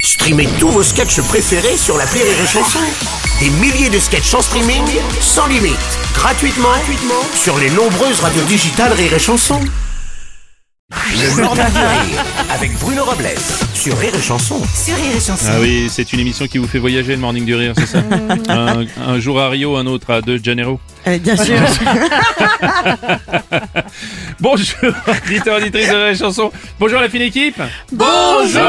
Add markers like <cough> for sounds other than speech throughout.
Streamez tous vos sketchs préférés sur la Rire et Chanson. Des milliers de sketchs en streaming, sans limite, gratuitement, gratuitement sur les nombreuses radios digitales Rire et Chanson. Le Morning du Rire, avec Bruno Robles, sur Rire et Chanson. Ah oui, c'est une émission qui vous fait voyager le Morning du Rire, c'est <laughs> ça un, un jour à Rio, un autre à De Janeiro. Euh, bien sûr. Bonjour, <laughs> auditeur, auditrice de la chanson. Bonjour la fine équipe. Bonjour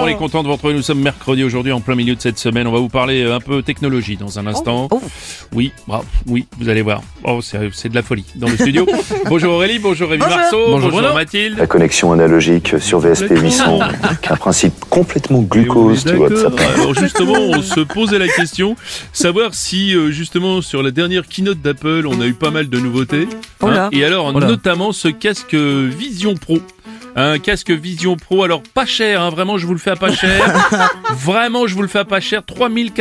On est content de vous retrouver, nous sommes mercredi aujourd'hui, en plein milieu de cette semaine. On va vous parler euh, un peu technologie dans un instant. Oui, bah, oui, vous allez voir. Oh, c'est c'est de la folie dans le <laughs> studio. bonjour Aurélie, bonjour Rémi Marceau, bonjour, Mathilde. La connexion analogique sur VST 800, qui est un principe complètement glucose, tu vois, de sa part. Alors <laughs> justement, on se posait la question, savoir si euh, justement sur la dernière keynote d'Apple, on a eu pas mal de nouveautés. hein. Oh là. Et alors notamment ce casque Vision Pro. Un casque Vision Pro, alors pas cher, hein, vraiment je vous le fais à pas <laughs> cher. vraiment je vous le fais à pas cher,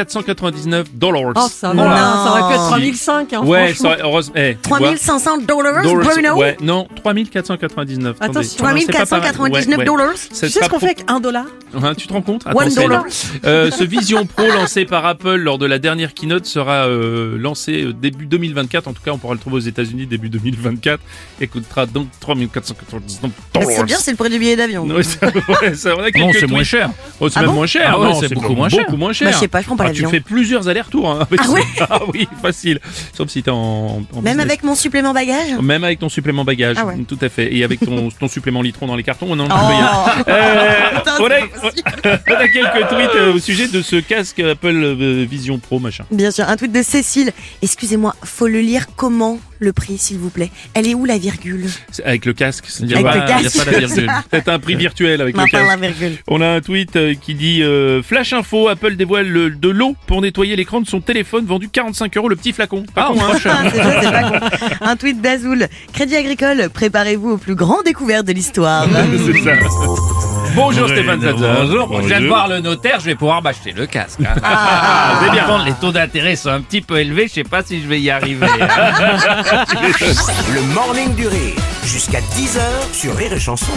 3499 dollars. Oh, ça va. Non. là, Ça aurait pu être 3005, hein, ouais, franchement. ça, heureusement. eh, tu vois. 3500 dollars, Dollars, Bruno ouais, non, 3499. attendez. Attention, Non, non, c'est pas pareil. 3499 Ouais, ouais. dollars Ça Tu sais sera ce qu'on pro- fait avec 1 dollar Hein, tu te rends compte One c'est dollar. énorme. Euh, ce Vision Pro lancé par Apple lors de la dernière keynote sera euh, lancé euh, début 2024. En tout cas, on pourra le trouver aux États-Unis début 2024 et coûtera donc 3499 Bah, dollars. C'est bien, c'est le prix du billet d'avion. Ouais, ça- ouais, ça- on a quelques Non, c'est moins tweets. cher. Oh, c'est Ah même bon moins cher. Ah ouais, non, c'est beaucoup moins cher. Beaucoup moins cher. Bah, je sais pas, je prends pas Ah, tu l'avions. fais plusieurs allers-retours. hein, avec Ah ça. ouais <laughs> Ah oui, facile. Sauf si t'es en, en Même business. avec mon supplément bagage Même avec ton supplément bagage, Ah ouais. tout à fait. Et avec ton, ton supplément litron dans les cartons, on en Oh. <laughs> Euh, Putain, on, c'est a, pas possible. on a quelques tweets euh, au sujet de ce casque Apple euh, Vision Pro, machin. Bien sûr, un tweet de Cécile. Excusez-moi, faut le lire comment le prix, s'il vous plaît Elle est où la virgule C'est Avec le casque, il Avec le n'y a casque. pas la virgule. <laughs> C'est un prix virtuel avec Ma le part la casque. virgule. On a un tweet euh, qui dit euh, Flash info, Apple dévoile le- de l'eau pour nettoyer l'écran de son téléphone vendu 45 euros le petit flacon. Pas con, hein. Ah, <laughs> c'est ça, c'est pas con. Un tweet d'Azul. Crédit agricole, préparez-vous aux plus grands découvertes de l'histoire. <laughs> C'est ça. Bonjour Stéphane Zaza. Bonjour. Je viens de voir le notaire, je vais pouvoir m'acheter le casque. hein. Ah. c'est bien. Par contre, Les taux d'intérêt sont un petit peu élevés, je sais pas si je vais y arriver. hein. Le Morning du Rire, jusqu'à 10h sur Rire et Chanson.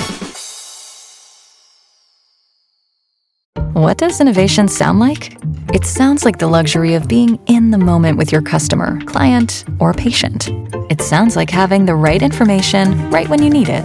What does innovation sound like? It sounds like the luxury of being in the moment with your customer, client, or patient. It sounds like having the right information right when you need it.